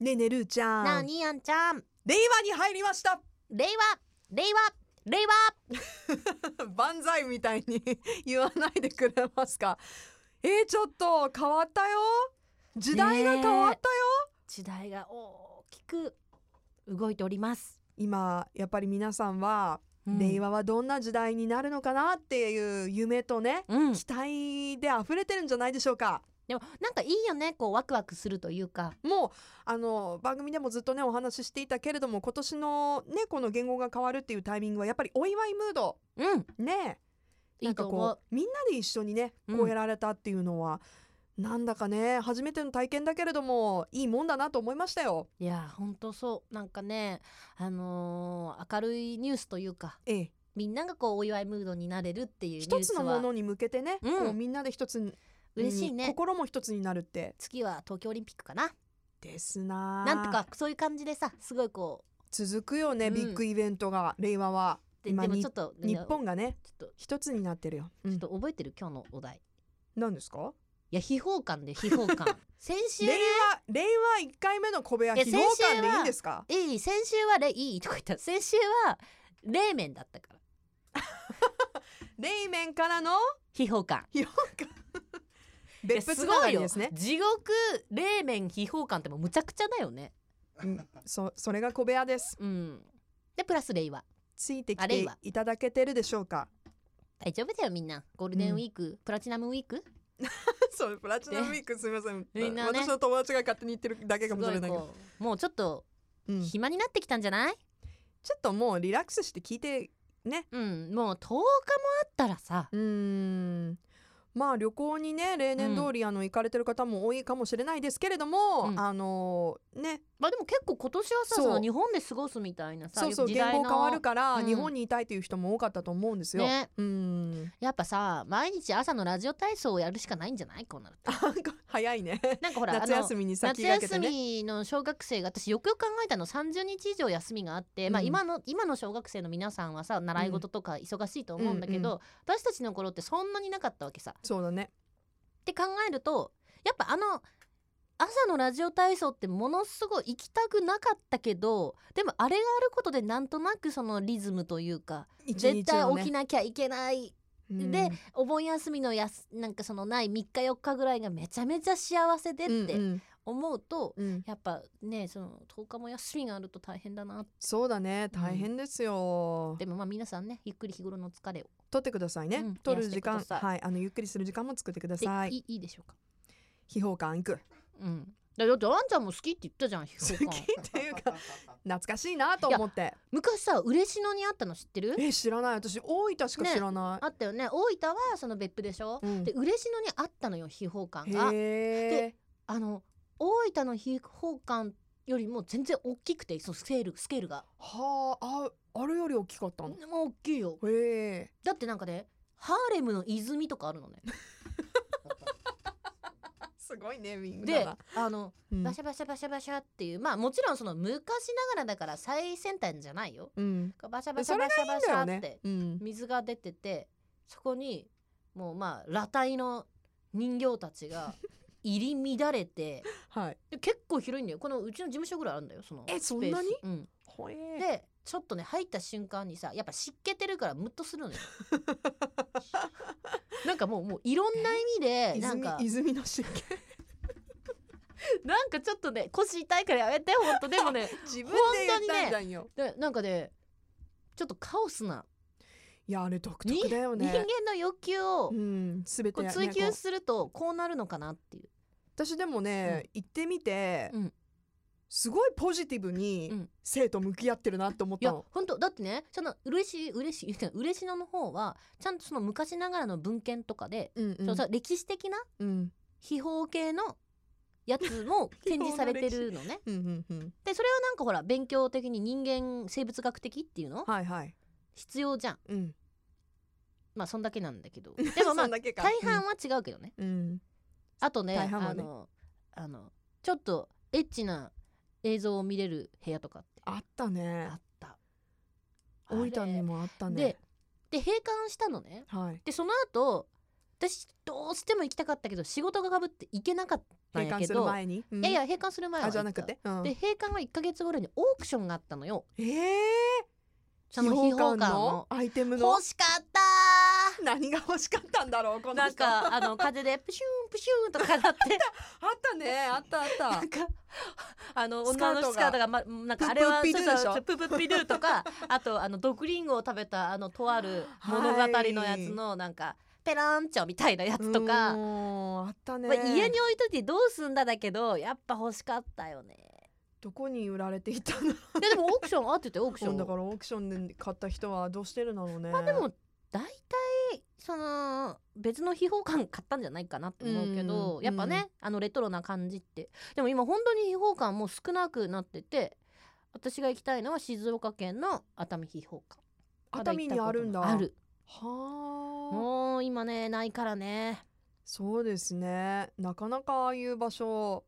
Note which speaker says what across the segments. Speaker 1: ねえねるーちゃん
Speaker 2: なあにやんちゃん
Speaker 1: 令和に入りました
Speaker 2: 令和令和令
Speaker 1: 万歳みたいに 言わないでくれますかえー、ちょっと変わったよ時代が変わったよ、
Speaker 2: ね時代が大きく動いております、
Speaker 1: 今やっぱり皆さんは、
Speaker 2: うん
Speaker 1: 令和はどんな時代になるのかなっていう夢とね
Speaker 2: うん、
Speaker 1: 期待で溢れてるんじゃないでしょうか
Speaker 2: でもなんかいいよねこうワクワクするというか
Speaker 1: もうあの番組でもずっとねお話ししていたけれども今年のねこの言語が変わるっていうタイミングはやっぱりお祝いムード
Speaker 2: うん
Speaker 1: ね
Speaker 2: い
Speaker 1: なん
Speaker 2: い
Speaker 1: か
Speaker 2: と
Speaker 1: こ
Speaker 2: 思う
Speaker 1: うみんなで一緒にね
Speaker 2: うん
Speaker 1: こうやられたっていうのは、なんだかね初めての体験だけれどもいいもんだなと思いましたよ。
Speaker 2: いやほんとそうなんかねあのー明るいニュースというか
Speaker 1: ええ、
Speaker 2: みんながこうお祝いムードになれるっていうニュ
Speaker 1: 一
Speaker 2: ー
Speaker 1: つ
Speaker 2: ス
Speaker 1: のも
Speaker 2: は
Speaker 1: のに向けてね、
Speaker 2: うん
Speaker 1: こうみんなで一つに
Speaker 2: 嬉しい
Speaker 1: うん
Speaker 2: ね
Speaker 1: 心も一つになるって
Speaker 2: 次は東京オリンピックかな
Speaker 1: ですなあ
Speaker 2: なんとかそういう感じでさすごいこう
Speaker 1: 続くよね、
Speaker 2: うん
Speaker 1: ビッグイベントが令和は
Speaker 2: で
Speaker 1: 今
Speaker 2: でも
Speaker 1: に
Speaker 2: ちょっと
Speaker 1: 日
Speaker 2: ちょ
Speaker 1: 本がね
Speaker 2: っと
Speaker 1: 一つになってるよ。う
Speaker 2: ちょっ
Speaker 1: ん、
Speaker 2: と覚えてる今日のお題
Speaker 1: 何ですか
Speaker 2: いや秘宝感で秘宝 感先週
Speaker 1: 令
Speaker 2: ね
Speaker 1: 和令和一回目の小部屋
Speaker 2: いや
Speaker 1: 非合感
Speaker 2: 先週
Speaker 1: でい
Speaker 2: はい
Speaker 1: んですか
Speaker 2: いい先週はれいいとか言った先週は冷麺だったから
Speaker 1: 冷麺からの
Speaker 2: 秘宝感
Speaker 1: 批評家
Speaker 2: いや
Speaker 1: 別府
Speaker 2: す
Speaker 1: つな
Speaker 2: ご
Speaker 1: が
Speaker 2: い
Speaker 1: り
Speaker 2: よ
Speaker 1: ですね
Speaker 2: 地獄冷麺秘宝感ってもうむちゃくちゃだよね
Speaker 1: うんそそれが小部屋です
Speaker 2: うんでプラス令和
Speaker 1: ついてき
Speaker 2: あれ
Speaker 1: て
Speaker 2: はい
Speaker 1: ただけてるでしょうか
Speaker 2: 大丈夫だよみんなゴールデンウィーク、プラチナムウィーク
Speaker 1: そうプラチナムウィークすみません、
Speaker 2: みんなね
Speaker 1: 私の友達が勝手に言ってるだけ
Speaker 2: す
Speaker 1: かも
Speaker 2: ご
Speaker 1: しれ
Speaker 2: い
Speaker 1: ないけど、
Speaker 2: こうもうちょっと
Speaker 1: うんちょ
Speaker 2: 暇になってきたんじゃない
Speaker 1: っともうリラックスして聞いてね
Speaker 2: うんもう10日もあったらさ
Speaker 1: うーんまあ旅行にね例年通りあの行かれてる方も多いかもしれないですけれども、
Speaker 2: うん
Speaker 1: あのね
Speaker 2: まあでも結構今年はさ
Speaker 1: そう
Speaker 2: その日本で過ごすみたいなさ
Speaker 1: そうそう
Speaker 2: 時
Speaker 1: 言
Speaker 2: 代
Speaker 1: 語
Speaker 2: の
Speaker 1: 変わるから
Speaker 2: うん
Speaker 1: 日本にいたいという人も多かったと思うんですよ。
Speaker 2: ね
Speaker 1: うー ん
Speaker 2: やっぱさ毎日朝のラジオ体操をやるしかないんじゃないこうなると
Speaker 1: なんか早いね
Speaker 2: なんかほら
Speaker 1: 夏
Speaker 2: あの
Speaker 1: 休みに先
Speaker 2: 夏
Speaker 1: 駆けて
Speaker 2: 休
Speaker 1: ね。
Speaker 2: みの小学生が私よくよく考えたの30日以上休みがあって、まあ、
Speaker 1: うん
Speaker 2: 今の今の小学生の皆さんはさ習い事とか忙しいと思うんだけど、
Speaker 1: う
Speaker 2: 私たちの頃ってそんなになかったわけさ。っ
Speaker 1: そうだね
Speaker 2: て考えるとやっぱあの朝のラジオ体操ってものすごい行きたくなかったけどでもあれがあることでなんとなくそのリズムというか、
Speaker 1: 一
Speaker 2: 絶
Speaker 1: 日を
Speaker 2: 対
Speaker 1: ね
Speaker 2: 起きなきゃいけない
Speaker 1: うん
Speaker 2: でお盆休みのやすなんかそのない3日4日ぐらいがめちゃめちゃ幸せでっ
Speaker 1: う
Speaker 2: て
Speaker 1: ん
Speaker 2: 思うと、
Speaker 1: うんうん
Speaker 2: やっぱねその10日も休みがあると大変だな
Speaker 1: そうだね大変ですよ、
Speaker 2: でもまあ皆さんねゆっくり日頃の疲れを
Speaker 1: 取ってくださいね、
Speaker 2: うん
Speaker 1: 取る時間
Speaker 2: 癒してくださ
Speaker 1: はいあのゆっくりする時間も作ってくだ
Speaker 2: で
Speaker 1: さい
Speaker 2: いいいでしょうか
Speaker 1: 秘宝館行く
Speaker 2: うんだだってあんちゃんも好きって言ったじゃん秘宝
Speaker 1: 好
Speaker 2: 館
Speaker 1: きっていう か懐かしいなと思って
Speaker 2: 昔さ嬉野にあったの知ってる
Speaker 1: え知らない私大分しか知らな
Speaker 2: あったよね大分はその別府でしょ
Speaker 1: い、、うん
Speaker 2: で嬉野にあったのよ秘宝館が
Speaker 1: へえ
Speaker 2: あの大分の秘宝館よりも全然大きくてそのスケールスケールが
Speaker 1: はあああれより大きかったの
Speaker 2: もう大きいよ
Speaker 1: へえ
Speaker 2: だってなんかねハーレムの泉とかあるのね
Speaker 1: すごいネーミン
Speaker 2: であの
Speaker 1: うん
Speaker 2: バシャバシャバシャバシャっていうまあもちろんその昔ながらだから最先端じゃないよ
Speaker 1: うん、
Speaker 2: バシャバシ
Speaker 1: そ
Speaker 2: ャ
Speaker 1: れが
Speaker 2: バ
Speaker 1: い
Speaker 2: シャ
Speaker 1: いん
Speaker 2: バ
Speaker 1: だ
Speaker 2: シャ
Speaker 1: よね
Speaker 2: って、
Speaker 1: うん、
Speaker 2: 水が出ててそこにもうまあ裸体の人形たち が入り乱れて
Speaker 1: はい
Speaker 2: で結構広いんだよこのうちの事務所ぐらいあるんだよその
Speaker 1: え
Speaker 2: スペー
Speaker 1: そん
Speaker 2: ス
Speaker 1: なに
Speaker 2: うん、
Speaker 1: ほえ
Speaker 2: でちょっとね入った瞬間にさやっぱ湿気てるからムッと するのよなんかもうもういろんな意味でなん
Speaker 1: 泉
Speaker 2: か
Speaker 1: 泉の湿 気
Speaker 2: なんかちょっとね腰痛いからやめてほんとでもね
Speaker 1: 自分で言ったんだよ、
Speaker 2: でなんかねちょっとカオスない
Speaker 1: やあれ独特だよ
Speaker 2: 人
Speaker 1: ね
Speaker 2: 間の欲求を
Speaker 1: うん、すべて
Speaker 2: こう
Speaker 1: ね
Speaker 2: 追
Speaker 1: こ
Speaker 2: 求
Speaker 1: う
Speaker 2: するとこうなるのかなっていう。
Speaker 1: 私でもね、行ってみて、
Speaker 2: うん
Speaker 1: すごいポジティブ
Speaker 2: う
Speaker 1: に
Speaker 2: ん
Speaker 1: 生徒向き合ってるなって思っ
Speaker 2: い
Speaker 1: た
Speaker 2: や
Speaker 1: の、
Speaker 2: 本当だってねその嬉しい嬉しい 言って嬉しのの方はちゃんとその昔ながらの文献とかで、
Speaker 1: うんうん
Speaker 2: そのさ歴史的な
Speaker 1: うん
Speaker 2: 秘宝系のやつ も展示されてるのね。
Speaker 1: うんうんうん
Speaker 2: でそれはなんかほら勉強的に人間生物学的っていうの
Speaker 1: はいはい
Speaker 2: 必要じゃん。
Speaker 1: うん
Speaker 2: まあそんだけなんだ けど。でもま
Speaker 1: そ
Speaker 2: あ
Speaker 1: んだけか
Speaker 2: 大半は違うけどね。
Speaker 1: うん
Speaker 2: あとね
Speaker 1: 大半は
Speaker 2: あ
Speaker 1: ね
Speaker 2: のあのちょっとエッチな映像を見れる部屋とかってあ
Speaker 1: あったね
Speaker 2: った
Speaker 1: 大分に
Speaker 2: も
Speaker 1: もあったね
Speaker 2: でで閉館したのね
Speaker 1: はい
Speaker 2: でその後私どうしても行きたかったけど仕事がかぶって行けなかった
Speaker 1: 閉
Speaker 2: んや
Speaker 1: 館
Speaker 2: け
Speaker 1: する
Speaker 2: ど
Speaker 1: 前に、うん
Speaker 2: いやいや閉館する前は
Speaker 1: あ
Speaker 2: 行っ
Speaker 1: じ
Speaker 2: た
Speaker 1: ゃなくて、うん
Speaker 2: で閉館が1か月後ぐらいにオークションがあったのよ
Speaker 1: えー、
Speaker 2: その秘宝館の
Speaker 1: アイテムの
Speaker 2: 欲しかった
Speaker 1: 何が欲しかったんだろうこ
Speaker 2: ー
Speaker 1: の
Speaker 2: なん
Speaker 1: 人
Speaker 2: かあの風でプシュンプシュンとかなって
Speaker 1: あったねあったあっ
Speaker 2: な
Speaker 1: た
Speaker 2: んかあの
Speaker 1: スカートが
Speaker 2: 女のスカートが、ま、なんかあれは
Speaker 1: プップッピ
Speaker 2: ちょっ
Speaker 1: ドゥでしょ
Speaker 2: とププピドゥと かあとあの毒リンゴを食べたあのとある物語のやつのなんかペランチョみたいなやつとか、
Speaker 1: うーんあったね、
Speaker 2: まあ、家に置いといてどうすんだだけどやっぱ欲しかったよね。
Speaker 1: どこに売られていたんだろ
Speaker 2: いやでもオークションあっててオークショ
Speaker 1: う
Speaker 2: ン
Speaker 1: だからオークションで買った人はどうしてるんだろうね
Speaker 2: まあでも大体その別の秘宝館買ったんじゃないかなと思うけど、
Speaker 1: うん
Speaker 2: やっぱね、あのレトロな感じってでも今本当に秘宝館もう少なくなってて私が行きたいのは静岡県の熱海秘宝館
Speaker 1: 熱海にあるんだ
Speaker 2: ま行ったことないある
Speaker 1: はあ
Speaker 2: もう今ねないからね
Speaker 1: そうですねなかなかああいう場所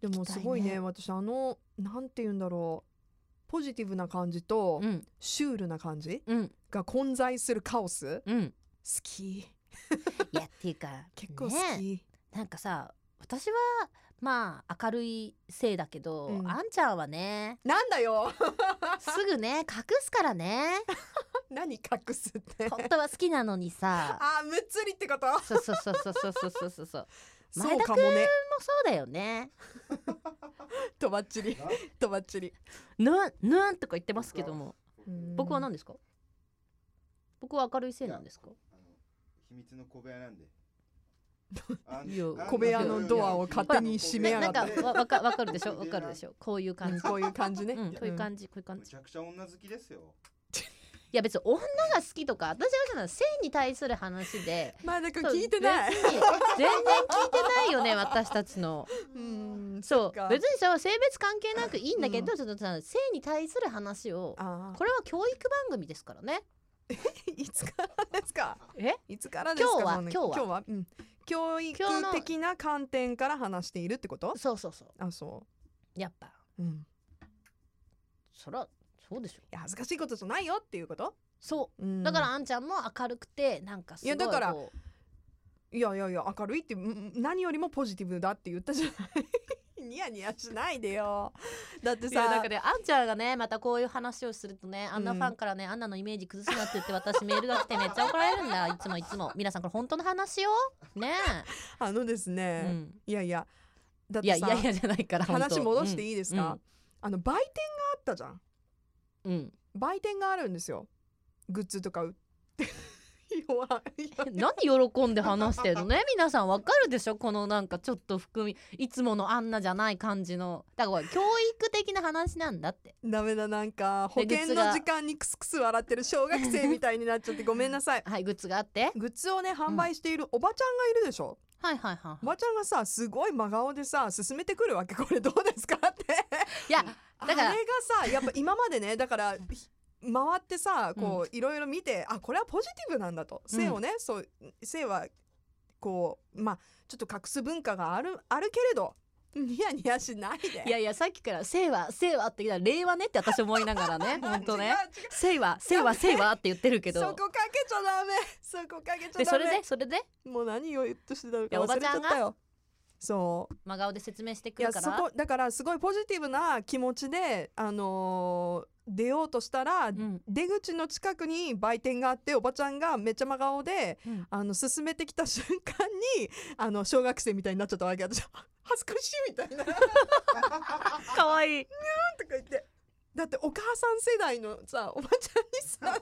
Speaker 1: でも
Speaker 2: 行きたい
Speaker 1: す
Speaker 2: ね
Speaker 1: ごいね私あのなんて言うんだろうポジティブな感じと
Speaker 2: うん
Speaker 1: シュールな感じ
Speaker 2: うん
Speaker 1: が混在するカオス
Speaker 2: うん
Speaker 1: 好き
Speaker 2: いやっていうか
Speaker 1: 結構好
Speaker 2: ね
Speaker 1: き、
Speaker 2: なんかさ私はまあ明るいせいだけど、
Speaker 1: うん
Speaker 2: あんちゃんはね
Speaker 1: なんだよ
Speaker 2: すぐね隠すからね
Speaker 1: 何隠すって
Speaker 2: 本当は好きなの にさ
Speaker 1: あむっつりってこと
Speaker 2: そうそうそうそうそうそうそうそうそう。
Speaker 1: そ
Speaker 2: 前
Speaker 1: う
Speaker 2: 田
Speaker 1: か
Speaker 2: 君
Speaker 1: も
Speaker 2: も
Speaker 1: ね
Speaker 2: そうだよね。
Speaker 1: とばっちりとばっちり
Speaker 2: ぬわんぬわんとか言ってますけども、僕は何
Speaker 1: で
Speaker 2: ですか？僕は明るいせいなんですか？
Speaker 3: あの秘密の小部屋なん で。
Speaker 2: いや
Speaker 1: 小部屋のドアを勝手に閉め
Speaker 2: ね
Speaker 1: や
Speaker 2: な
Speaker 1: が
Speaker 2: ん
Speaker 1: って
Speaker 2: かわわかわかるでしょわかるで しょこういう感じ。
Speaker 1: こういう感じね、
Speaker 2: うん、こういう感じこういう感
Speaker 3: む
Speaker 2: じ。い
Speaker 3: ちゃくちゃ女好きですよ。
Speaker 2: や別に女が好きとか私はその性に対する話で。
Speaker 1: 前田君聞いてない
Speaker 2: そう別に全然聞いてない よね私たちの。
Speaker 1: うん
Speaker 2: そ
Speaker 1: っか
Speaker 2: う別にそう性別関係なくいいんだけど、
Speaker 1: う
Speaker 2: ちょっとさ性に対する話を
Speaker 1: あ
Speaker 2: これは教育番組ですからね。
Speaker 1: ーいつからです か
Speaker 2: え？
Speaker 1: いつからですか
Speaker 2: 今日は
Speaker 1: そんな
Speaker 2: 今日は
Speaker 1: 今日は、うん、教育的な観点から話しているってこと
Speaker 2: そうそうそう。
Speaker 1: あそ
Speaker 2: やっぱ
Speaker 1: ううん
Speaker 2: そらそうでしょ
Speaker 1: いや恥ずかしいことじゃないよっていうこと、
Speaker 2: そ
Speaker 1: うん、
Speaker 2: うだからあんちゃんも明るくてなんかすごい
Speaker 1: いやだから
Speaker 2: こう
Speaker 1: いやいやいや明るいってうん何よりもポジティブだって言ったじゃない ニヤニヤしないでよだって
Speaker 2: いや
Speaker 1: さ
Speaker 2: なんかねあんちゃんがねまたこういう話をするとねあんな
Speaker 1: うん
Speaker 2: ファンからね、あんなのイメージ崩すなって言って私メールが来てめっちゃ怒られるんだいつもいつも皆さんこれ本当の話よね
Speaker 1: あのです
Speaker 2: え、
Speaker 1: ね、
Speaker 2: うん、
Speaker 1: いやいやだっ
Speaker 2: いや
Speaker 1: て
Speaker 2: い
Speaker 1: さ
Speaker 2: やいやじゃないから本当
Speaker 1: 話戻していいですか、
Speaker 2: うん
Speaker 1: あの売店があったじゃん
Speaker 2: うん、うん
Speaker 1: 売店があるんですよグッズとか売って 弱い
Speaker 2: 何喜んで話してるのね皆さんわかるでしょこのなんかちょっと含みいつものあんなじゃない感じのだからこれ教育的な話なんだって
Speaker 1: ダメだなんか保
Speaker 2: でグッ
Speaker 1: 険
Speaker 2: ズ
Speaker 1: の
Speaker 2: が
Speaker 1: 時間にクスクス笑ってる小学生みたいになっちゃってごめんなさい
Speaker 2: はいグッズがあって
Speaker 1: グッズをね販売しているおばちゃんがいるでしょ、
Speaker 2: はいはいはいはい
Speaker 1: おばちゃんがさすごい真顔でさ進めてくるわけこれどうですかって
Speaker 2: いや
Speaker 1: あれ
Speaker 2: だか
Speaker 1: が
Speaker 2: ら
Speaker 1: さやっぱ今までねだからひ回ってさこういろいろ見て、あこれはポジティブなんだと性をね、そう性はこうまあちょっと隠す文化があるあるけれどニヤニヤしないで。
Speaker 2: いやいやさっきから「せいはせいは」って言ったら「令和ね」って私思いなが らね本当
Speaker 1: 違
Speaker 2: ね
Speaker 1: う違う
Speaker 2: 「せいはせいはせいは」って言ってるけ
Speaker 1: そ
Speaker 2: ど
Speaker 1: こかけちゃダメそこかけちゃ
Speaker 2: で
Speaker 1: ダ
Speaker 2: そ
Speaker 1: メ
Speaker 2: れでそれで
Speaker 1: もう何を言っとしてたのか
Speaker 2: いや
Speaker 1: 忘れちゃっ
Speaker 2: おばち
Speaker 1: た
Speaker 2: ゃん
Speaker 1: よそう
Speaker 2: 真顔で説明して
Speaker 1: い
Speaker 2: く
Speaker 1: や
Speaker 2: るか
Speaker 1: そ
Speaker 2: ら
Speaker 1: こだからすごいポジティブな気持ちであのー出ようとしたら、
Speaker 2: ん
Speaker 1: 出口の近くに売店があっておばちゃんがめっちゃ真顔で
Speaker 2: うん
Speaker 1: あの進めてきた瞬間に あの小学生みたいになっちゃったわけ私恥ずかしいみたいなとか
Speaker 2: かわいい
Speaker 1: 言ってだってお母さん世代のさおばち ゃんにさ「どう?」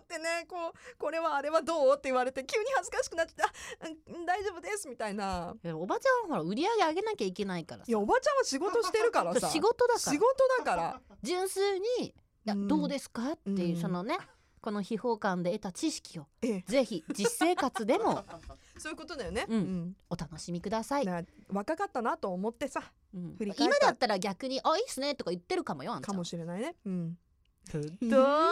Speaker 1: ってねこう「これはあれはどう?」って言われて急に恥ずかしくなっちゃってあうん「大丈夫です」みたいな。
Speaker 2: いやおばちゃんはほら売り上げ上げなきゃいけないからさ
Speaker 1: いやおばちゃんは仕事してるからさ
Speaker 2: 仕事だか
Speaker 1: 仕
Speaker 2: ら
Speaker 1: 事だから
Speaker 2: 純粋にいや「
Speaker 1: うん
Speaker 2: どうですか?」っていううんそのねこの秘宝館で得た知識を
Speaker 1: ええ
Speaker 2: ぜひ実生活でも
Speaker 1: そういうことだよね、
Speaker 2: うん
Speaker 1: ん
Speaker 2: お楽しみください、
Speaker 1: だから若かったなと思ってさ
Speaker 2: うん
Speaker 1: 振り返っ
Speaker 2: 今
Speaker 1: た
Speaker 2: だったら逆に「あいいっすね」とか言ってるかもよあんちゃ
Speaker 1: か
Speaker 2: ん
Speaker 1: もしれないねうん
Speaker 2: どうは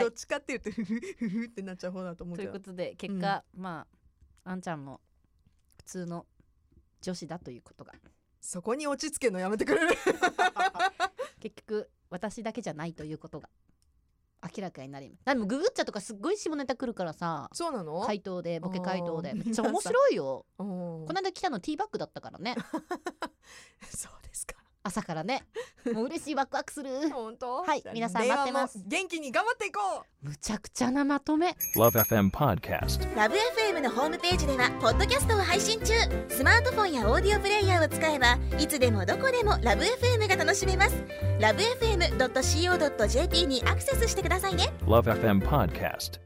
Speaker 2: い
Speaker 1: どっちかっていうとふふふふってなっちゃう方だと思う
Speaker 2: と
Speaker 1: け
Speaker 2: いう
Speaker 1: ど
Speaker 2: ことで結果、まああんちゃんも普通の女子だということが
Speaker 1: そこに落ち着 けるのやめてくれる
Speaker 2: 結局私だけじゃないということが明らかになりますでもググっちゃとかすっごい下ネタくるからさ
Speaker 1: そうなの、
Speaker 2: 回答でボケ回答で
Speaker 1: あー
Speaker 2: めっちゃ面白いよ
Speaker 1: うん
Speaker 2: この間来たのティーバッグだったか らね
Speaker 1: そうですか
Speaker 2: 朝からねもう嬉しいワクワクする
Speaker 1: 本当
Speaker 2: はい
Speaker 1: じゃあ
Speaker 2: 皆さん待ってます
Speaker 1: 令和も元気に頑張っていこう
Speaker 2: むちゃくちゃなまとめ
Speaker 4: Love FM Podcast.
Speaker 5: ラブ f m のホームページではポッドキャストを配信中スマートフォンやオーディオプレイヤーを使えばいつでもどこでもラブ f m が楽しめますラブ FM.co.jp にアクセスしてくださいね
Speaker 4: Love FM Podcast.